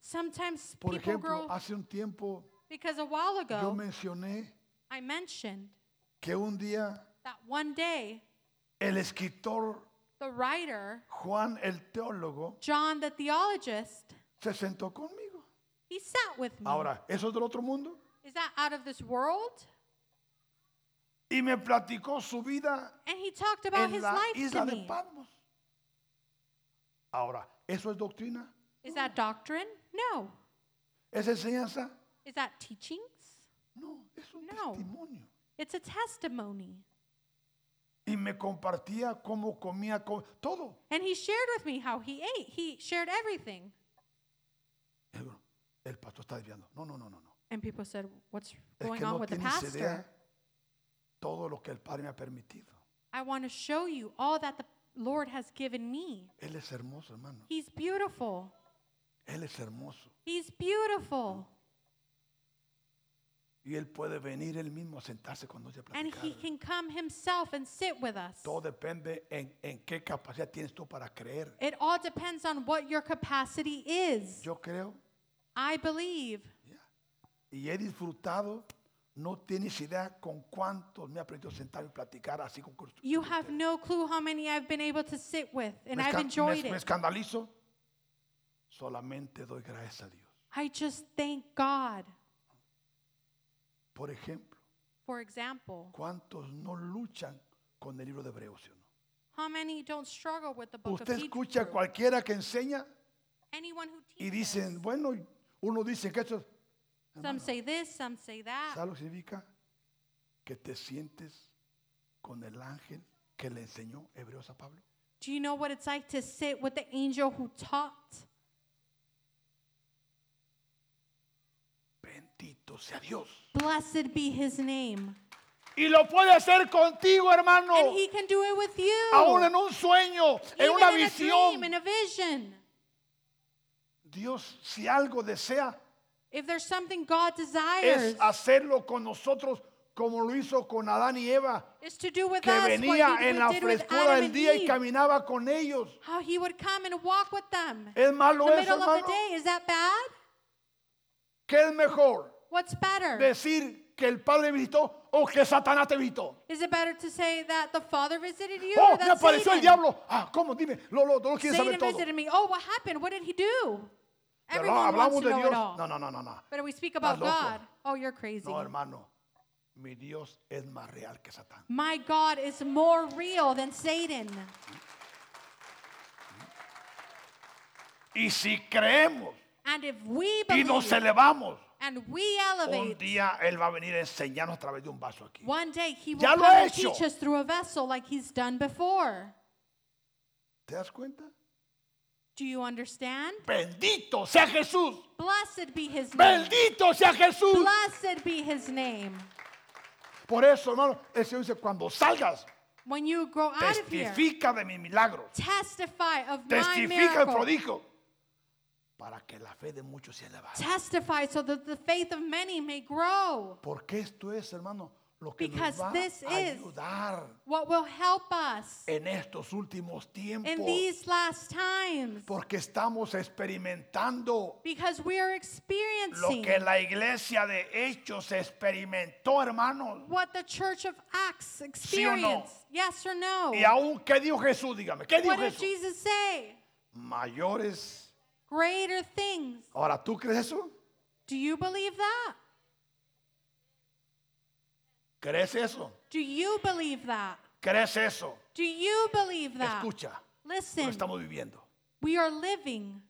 Sometimes
Por
people
ejemplo,
grow
hace un tiempo
because a while
yo
ago
mencioné
I mentioned
que un día
that one day
el escritor
the writer
Juan el teólogo
John the theologist
se sentó conmigo.
he sat with me.
Ahora, ¿eso es del otro mundo?
Is that out of this world?
Y me platicó su vida
And he talked about
en
his
la
life
isla
to
de
me.
Patmos. Ahora, ¿eso es doctrina?
Is that doctrine? No.
¿Es enseñanza?
Is that teachings?
No, es un
No.
testimonio.
It's a testimony.
Y me compartía cómo comía, co- todo.
And he shared with me how he ate. He shared everything.
Y digo, El pastor está desviando. No, no, no, no. no.
And people said, What's
Es
going
que
on
no
with the
tienes
pastor?
idea todo lo que el Padre me ha permitido.
I want to show you all that the Lord has given me.
Él es hermoso, hermano.
He's beautiful.
Él es hermoso.
He's beautiful.
Y Él puede venir Él mismo a sentarse con nosotros y a
And
platicar.
he can come himself and sit with us.
Todo depende en, en qué capacidad tienes tú para creer.
It all depends on what your capacity is.
Yo creo
I believe,
ya, y he disfrutado, no tienes idea con cuántos me he aprendido a sentar y platicar así con con
you
usted.
have no clue how many I've been able to sit with, and
me,
I've
esca-
enjoyed
me- me
it.
escandalizo. Solamente doy gracias a Dios.
I just thank God.
Por ejemplo,
For example,
¿cuántos no luchan con el libro de Hebreos? sí o no?
how many don't struggle with the book of
Usted
Hebrews?
escucha a cualquiera que enseña
Anyone who
y
teaches.
dicen, bueno, uno dice que esto es-
some say this, some say that.
¿Sabes lo que significa? Que te sientes con el ángel que le enseñó Hebreos a Pablo.
Do you know what it's like to sit with the angel who taught?
Bendito sea Dios.
Blessed be his name.
Y lo puede hacer contigo, hermano.
And he can do it with you.
Aún en un sueño, en
Even
una
in a
visión.
dream, in a vision.
Dios, si algo desea,
If there's something God desires,
es hacerlo con nosotros como lo hizo con Adán y Eva,
is to do with
que
us what
venía
he
en la
did with
frescura
Adam
del
and
día y
Eve.
caminaba con ellos.
How he would come and walk with them.
¿Es malo
in the
eso,
middle of
hermano?
the day. Is that bad?
¿Qué es mejor?
What's better?
¿Decir que el Padre visitó o que Satanás te visitó?
Is it better to say that the Father visited you
Oh, me
or that
apareció el
Satan?
diablo. Ah, ¿cómo? Dime, lo, lo, lo quieres saber
Satan
todo.
visited me. Oh, what happened? What did he do?
Pero
Everyone wants
hablamos
to
de
know
Dios.
it all.
No, no, no, no, no.
But we speak about
loco.
God. Oh, you're crazy.
No, hermano. Mi Dios es más real que Satán.
My God is more real than Satan.
Y si creemos
And if we
y
believe
nos elevamos,
and we
un
elevate,
día Él va a venir a enseñarnos a través de un vaso aquí.
one day he will
Ya
come
lo he
and
hecho.
teach us through a vessel like he's done before.
¿Te das cuenta?
Do you understand?
Bendito sea Jesús.
Blessed be his name.
Bendito sea Jesús.
Blessed be his name.
Por eso, hermano, el Señor dice, cuando salgas,
When you grow out of here,
testifica de mis milagros.
testify of my
Testifica el
miracle.
prodigio. Para que la fe de muchos sea elevada.
Testify so that the faith of many may grow.
Porque esto es, hermano, lo que
Because
nos va
this
a
is-
ayudar
What will help us
en estos últimos tiempos.
in these last times.
Porque estamos experimentando
Because we are
lo
experiencing
que la iglesia de Hechos experimentó, hermanos.
what the church of Acts
o no?
experienced. Yes or no?
Y aún, ¿qué dijo Jesús? Dígame, ¿qué dijo
What did
Jesús?
Jesus say?
Mayores.
Greater things.
Ahora, ¿tú crees eso?
Do you believe that?
¿Crees eso?
Do you believe that?
¿Crees eso?
Do you believe that?
Escucha, lo
Listen,
estamos viviendo.
we are living.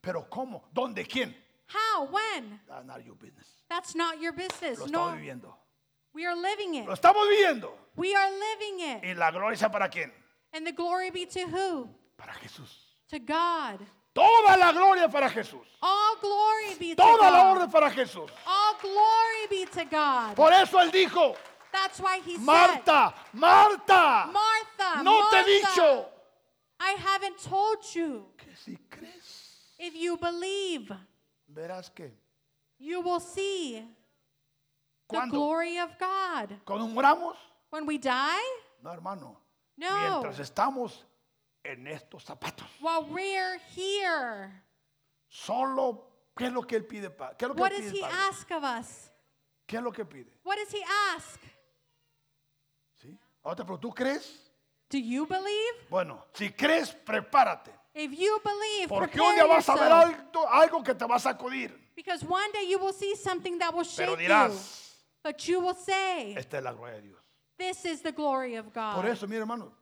Pero ¿cómo? ¿Dónde? ¿Quién?
How? When?
That's not your business.
That's not your business.
Lo estamos
No,
viviendo.
we are living
Lo
it.
estamos viviendo.
We are living it.
¿Y la gloria sea para quién?
And the glory be to who?
Para Jesús.
To God.
Toda la gloria para Jesús.
All glory be to
Toda la
God.
orden para Jesús.
All glory be to God.
Por eso él dijo,
That's why he said,
Marta, Marta,
Martha,
no te he
Martha,
dicho
I haven't told you.
que si crees,
If you believe,
verás que
you will see the
cuando
glory of God.
cuando muramos,
When we die,
no hermano,
No.
mientras estamos en estos zapatos,
while we're here,
solo qué es lo que él pide, pa- qué es lo que
what
él
does
pide,
he
Padre?
ask of us?
qué es lo que pide,
What does he ask?
¿sí? Ahora te pregunto, ¿tú crees?
Do you believe?
Bueno, si crees, prepárate,
If you believe,
porque un
prepare
día vas a ver
yourself.
algo, algo que te va a sacudir,
Because one day you will see something that will
pero
shake you.
dirás,
But you will say,
esta es la gloria de Dios.
This is the glory of
Por
God.
eso, mira, hermano,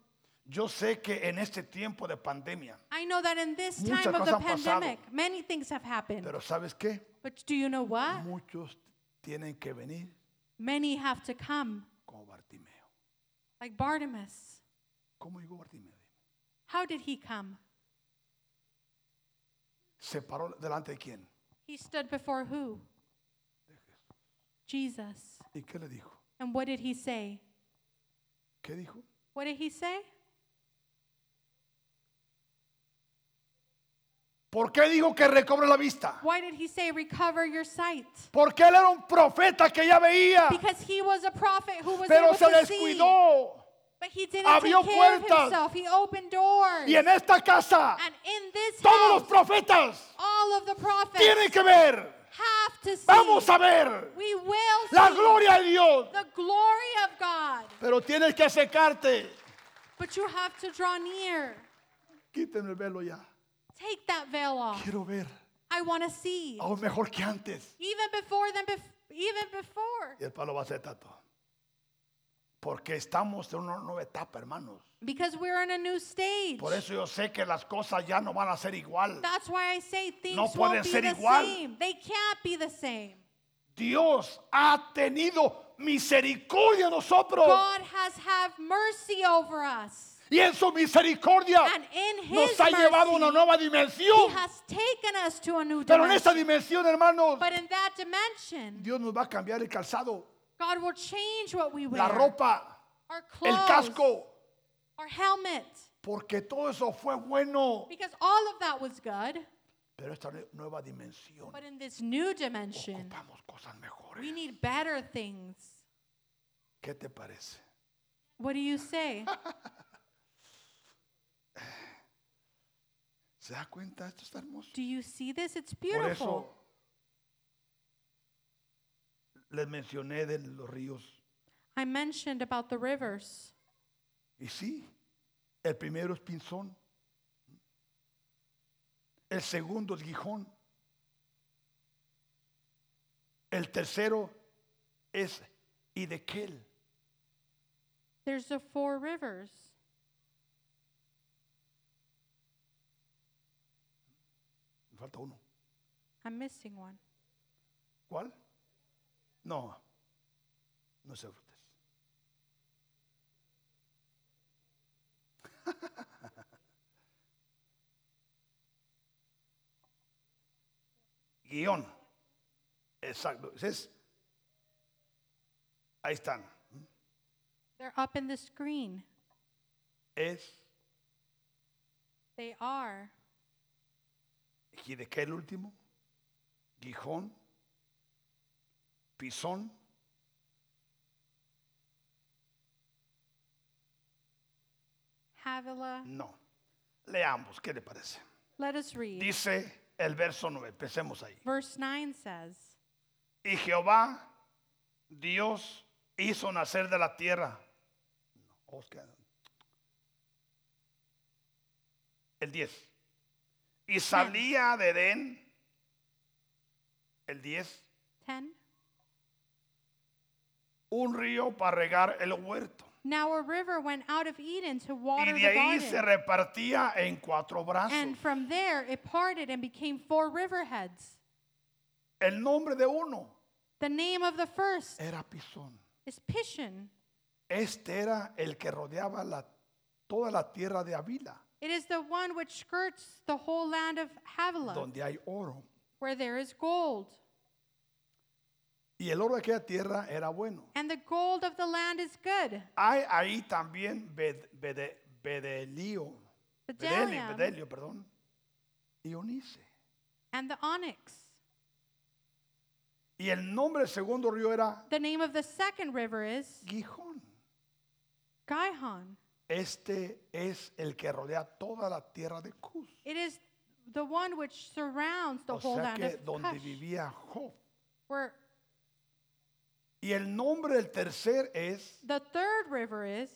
yo sé que en este tiempo de pandemia,
I know that in this
Muchas
time of the
cosas han pasado.
pandemic, many things have happened.
pero ¿sabes qué?
But do you know what?
Muchos tienen que venir
Many have to come,
como Bartimeo.
like Bartimaeus.
¿Cómo llegó Bartimeo?
How did he come?
¿Se paró delante de quién?
He stood before who? Jesus.
¿Y qué le dijo?
And what did he say?
¿Qué dijo?
What did he say?
¿Por qué dijo que recobre la vista?
Why did he say, recover your sight?
Porque él era un profeta que ya veía,
Because he was a prophet who was
pero
able
se
to see.
descuidó.
But he didn't
Abrió
take care of
puertas.
himself. He opened doors.
Y en esta casa,
and in this
todos los
house,
profetas
all of the prophets
tienen que ver.
have to see.
Vamos a ver
we will
la
see
gloria de Dios.
the glory of God.
Pero tienes que secarte.
But you have to draw near.
Quítenme el velo ya.
Take that veil off.
Quiero ver
I want to see.
aún mejor que antes.
Even before than bef- even before.
Y el palo va a ser tanto. Porque estamos en una nueva etapa, hermanos.
Because we're in a new stage.
Por eso yo sé que las cosas ya no van a ser igual.
That's why I say things
No pueden
won't be
ser
the
igual.
same. They can't be the same.
Dios ha tenido misericordia de nosotros.
God has have mercy over us.
Y en su misericordia
And in his
nos ha
mercy,
llevado a una nueva
He
dimensión.
has taken us Pues to a new
Pero en
dimension.
esa dimensión, hermanos,
But in that dimension,
Dios nos va a cambiar el calzado,
God will change what we wear.
la ropa,
our clothes,
el casco.
our helmet.
Porque todo eso fue bueno.
Because all of that was good.
Pero esta nue- nueva dimensión,
But in this new dimension,
ocupamos cosas mejores.
we need better things.
¿Qué te parece?
What do
<laughs>
you say?
¿Se da cuenta? Esto está hermoso.
do you see this? It's
Por
beautiful.
eso les mencioné de los ríos.
I mentioned about the rivers.
Y sí, el primero es Pinzón. El segundo es Gijón. El tercero es Idequel.
There's the four rivers.
Me falta uno.
I'm missing one.
¿Cuál? No, no es Éufrates. <laughs> Guión. Exacto. ese Es, ahí están.
They're up in the screen.
Es
They are.
Gidequel el último, Gijón, Pisón,
Havila.
no. Leamos, ¿qué le parece?
Let us read.
Dice el verso 9, empecemos ahí.
Verse 9 says,
Y Jehová, Dios, hizo nacer de la tierra. No, Oscar. El 10. Y salía de Edén. El 10.
10.
Un río para regar el huerto.
Now a river went out of Eden to
Y
water the
de ahí se
garden.
repartía en cuatro brazos.
And from there it parted and became four river heads.
El nombre de uno
The name of the first
era Pisón.
is Pishon.
Este era el que rodeaba la- toda la tierra de Avila,
It is the one which skirts the whole land of Havilah,
donde hay oro.
where there is gold.
Y el oro de aquella tierra era bueno.
And the gold of the land is good.
Hay ahí también Bed- Bede- Bedelío. Bedeli-
Bdellium.
Bedelio, perdón. Y Onice.
And the onyx.
Y el nombre del segundo río era
The name of the second river is
Gijón.
Gihon.
Este es el que rodea toda la tierra de Cus.
It is the one which surrounds the
O
whole
sea
land
que
of
donde
Cush,
vivía Job.
where
Y el nombre del tercer es
The third river is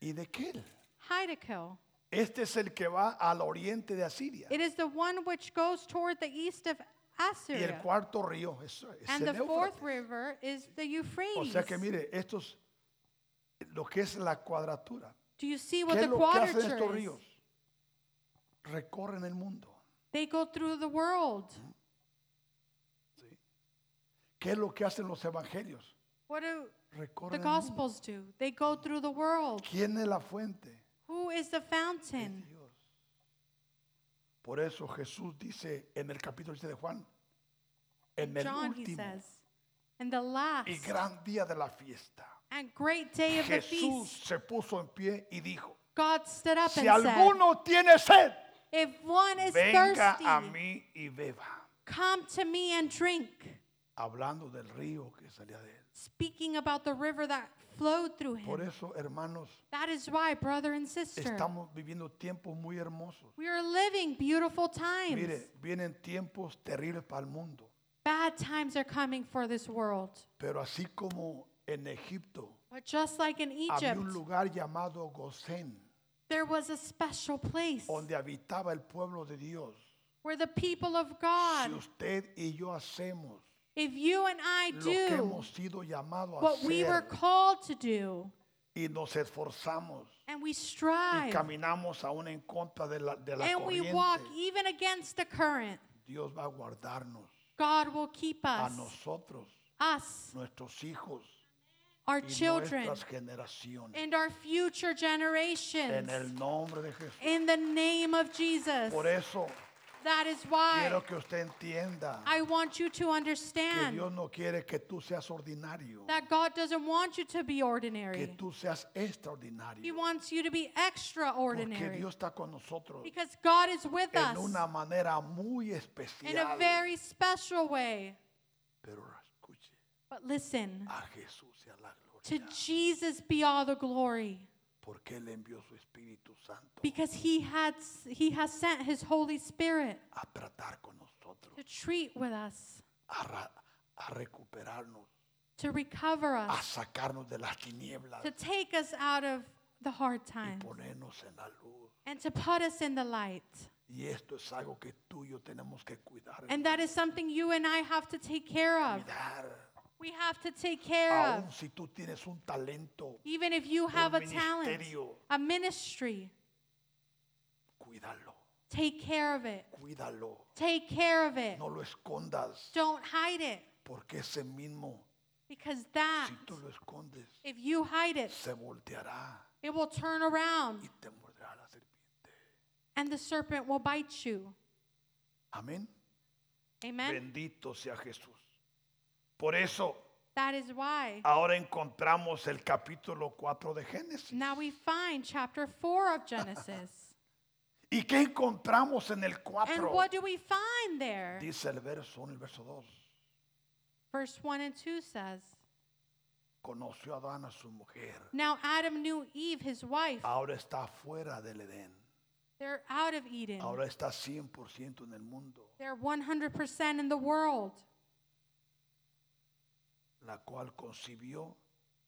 Idequel.
Hiddekel.
Este es el que va al oriente de Asiria.
It is the one which goes toward the east of
Y el
Assyria.
cuarto río es, es
And the
el
fourth
Éufrates.
river is the
O
Euphrates.
sea que mire, estos, lo que es la cuadratura.
Do you see
¿Qué
what
es
the
lo que hacen
quadrature
estos
is?
ríos? Recorren el mundo.
They go through the world.
¿Qué es lo que hacen los evangelios?
What do the
Recorren el mundo.
Gospels do? They go through the world.
¿Quién es la fuente?
Who is the
Es
fountain?
Dios. Por eso Jesús dice en el capítulo 7 de Juan, en el
John, he
último
says. And the last
y gran día de la fiesta,
and great day of the
Jesús
feast,
se puso en pie y dijo,
God stood up
si
and said,
alguno tiene sed,
If one is
venga
thirsty,
a mí y beba.
come to me and drink.
Hablando del río que salía de él.
Speaking about the river that flowed through him.
Por eso, hermanos,
that is why, brother and sister,
estamos viviendo tiempos muy hermosos.
we are living beautiful times.
Mire, vienen tiempos terribles para el mundo.
Bad times are coming for this world.
Pero así como en Egipto
But just like in
había
Egypt,
un lugar llamado Gosén,
there was a special place
donde habitaba el pueblo de Dios.
where the people of God,
Si usted y yo hacemos
if you and I
lo que
do
hemos sido llamados a
what we were
hacer
called to do,
y nos esforzamos
and we
y
strive,
caminamos aún en contra de la, de la
and we walk
corriente,
even against the current,
Dios va a guardarnos
God will keep
a
us,
nosotros,
us,
nuestros hijos
our
y
children,
nuestras generaciones.
and our future
En
generations.
el nombre de Jesús.
In the name of Jesus.
Por eso
That is why
quiero que usted entienda
I want you to
que
understand
Dios no quiere que tú seas ordinario,
that God doesn't want you to be
que
ordinary.
tú seas
He
extraordinario.
wants you to be
Porque
extraordinary
Dios está con nosotros
because God is with us
en una manera muy
in a
especial.
very special way.
Pero escuche,
But listen,
a Jesús sea la
to
gloria,
Jesus be all the glory
porque Él envió su Espíritu Santo
because he had he has sent his holy spirit
a tratar con nosotros,
to treat with us,
a, ra- a recuperarnos,
to recover
a
us,
sacarnos de las tinieblas
to take us out of the hard
y
times.
ponernos en la luz.
and to put us in the light.
Y esto es algo que tú y yo tenemos que cuidar,
And that is something you and I have to take care of.
cuidar.
We have to take care
Aún
of.
si tú tienes un talento,
Even if you have a talent,
ministerio.
a ministry,
cuídalo,
take care of it.
cuídalo.
Take care of it.
No lo escondas,
Don't hide it
porque ese mismo,
because that,
si tú lo escondes,
if you hide it,
se volteará
it will turn around
y te morderá la serpiente.
and the serpent will bite you.
Amén.
Amen?
Bendito sea Jesús. Por eso,
That is why.
ahora encontramos el capítulo 4 de Génesis.
Now we find chapter 4 of Genesis.
¿Y qué encontramos en el
And
4?
what do we find there?
Dice el verso 1 y el verso 2.
Verse 1 and 2 says,
Conoció Adán a su mujer.
Now Adam knew Eve, his wife.
Ahora está fuera del Edén.
They're out of Eden.
Ahora está 100% en el mundo,
They're 100% in the world.
la cual concibió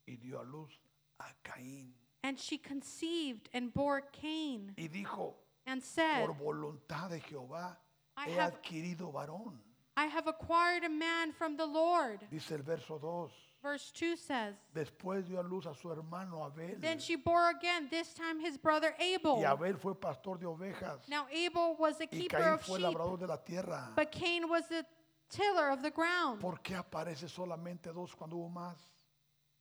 y dio a luz a Caín.
And she conceived and bore Cain
Y dijo,
and said,
por voluntad de Jehová
I
he
have-
adquirido varón.
I have acquired a man from the Lord.
Dice el verso 2.
Verse 2 says,
Después dio a luz a su hermano Abel.
Then she bore again, this time his brother Abel.
Y Abel fue pastor de ovejas.
Now Abel was a
Y
keeper
Caín
of
fue
sheep,
labrador de la tierra.
but Cain was the tiller of the ground.
¿Por qué aparece solamente dos cuando hubo más?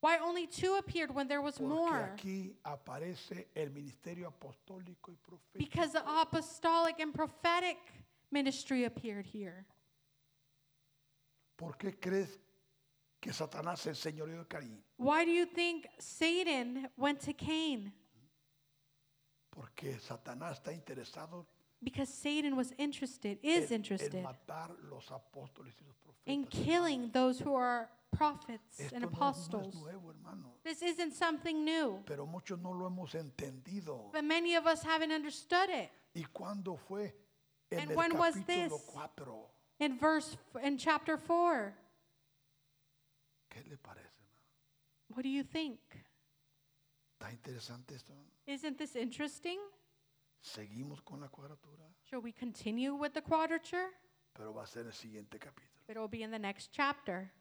Why only two appeared when there was
Porque
more?
aquí aparece el ministerio apostólico y profético.
Because the apostolic and prophetic ministry appeared here.
¿Por qué crees que Satanás se enseñoreó de Caín?
Why do you think Satan went to Cain?
Porque Satanás está interesado
Because Satan was interested, is
en, en
interested
matar los apóstoles y los profetas.
in killing those who are prophets
Esto
and
no es- no es,
apostles.
nuevo, hermano.
This isn't something new,
Pero muchos no lo hemos entendido.
but many of us haven't understood it.
¿Y cuándo fue? En
And
el
when was
capítulo
this?
4.
In verse in chapter 4,
¿Qué le parece? hermano?
what do you think?
¿Está interesante esto?
Isn't this interesting?
Seguimos con la cuadratura,
Shall we continue with the quadrature?
pero va a ser el siguiente capítulo.
It'll be in the next chapter.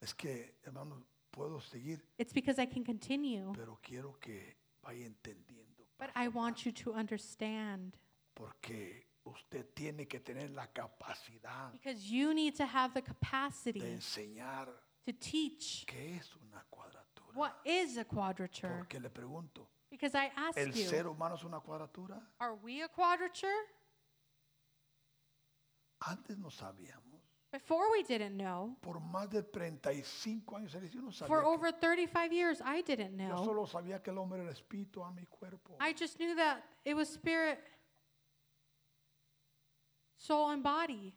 Es que, hermano, puedo seguir,
It's because I can continue,
pero quiero que vaya entendiendo.
but
paso
I
a
want you to understand
Porque usted tiene que tener la capacidad
because you need to have the
de
capacity
enseñar
to teach
qué es una cuadratura.
what is a quadrature.
Porque le pregunto,
Because I ask
¿el ser
you,
humano es una cuadratura?
are we a quadrature?
Antes no sabíamos.
Before we didn't know.
Por más de 35 años, él dice, yo no sabía.
For
que-
over 35 years, I didn't
yo
know.
solo sabía que el hombre era espíritu a mi cuerpo.
I just knew that it was spirit, soul, and body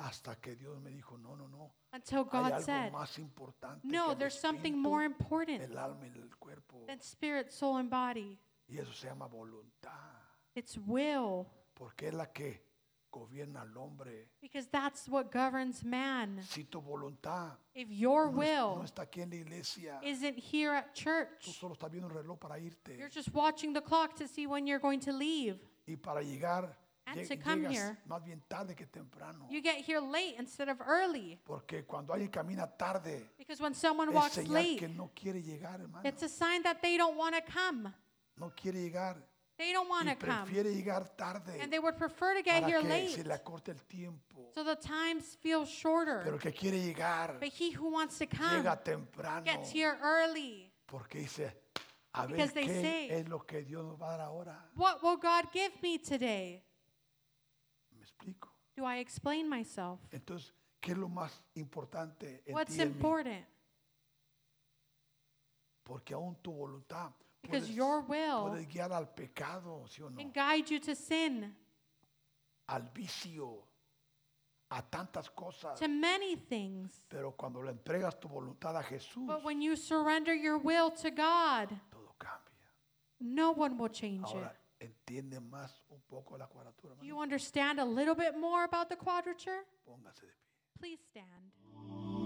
Hasta que Dios me dijo, no, no, no.
until
Hay
God
algo
said,
más importante. que
No,
el
there's something
espíritu,
more important
El alma y el cuerpo.
than spirit, soul, and body.
Y eso se llama voluntad.
It's will,
Porque es la que gobierna al hombre.
because that's what governs man.
Si tu voluntad
If your
no, es- no
will
está aquí en la iglesia,
isn't here at
tú
church,
solo estás viendo el reloj para irte.
you're just watching the clock to see when you're going to leave.
Y para llegar,
And
lle-
to come
llegas
here.
más bien tarde que temprano.
You get here late instead of early,
Porque cuando alguien camina tarde,
because when someone
es
walks
señal
late,
que no quiere llegar, hermano.
it's a sign that they don't want to come.
No quiere llegar.
They don't want
Y
to come.
prefiere llegar tarde
And they would prefer to get
para
here
que
late
se le acorte el tiempo.
so the times
Pero
feel shorter.
el que quiere llegar,
But he who wants to come
llega temprano.
gets here early.
Porque dice, a ver
Because they say-
qué es lo que Dios nos va a dar ahora.
What will God give me today?
¿Me explico?
Do I explain myself?
Entonces, ¿qué es lo más importante en
What's
ti y en mí?
important?
Porque aún tu voluntad
Because
puedes,
your will
puedes guiar al pecado, ¿sí o no?
And guide you to sin,
Al vicio, a tantas cosas.
to many things.
Pero cuando le entregas tu voluntad a Jesús,
But when you surrender your will to God,
todo cambia.
no one will change it.
Ahora, entiende más un poco la cuadratura.
Do
hermano.
you understand a little bit more about the quadrature?
Póngase de pie.
Please stand.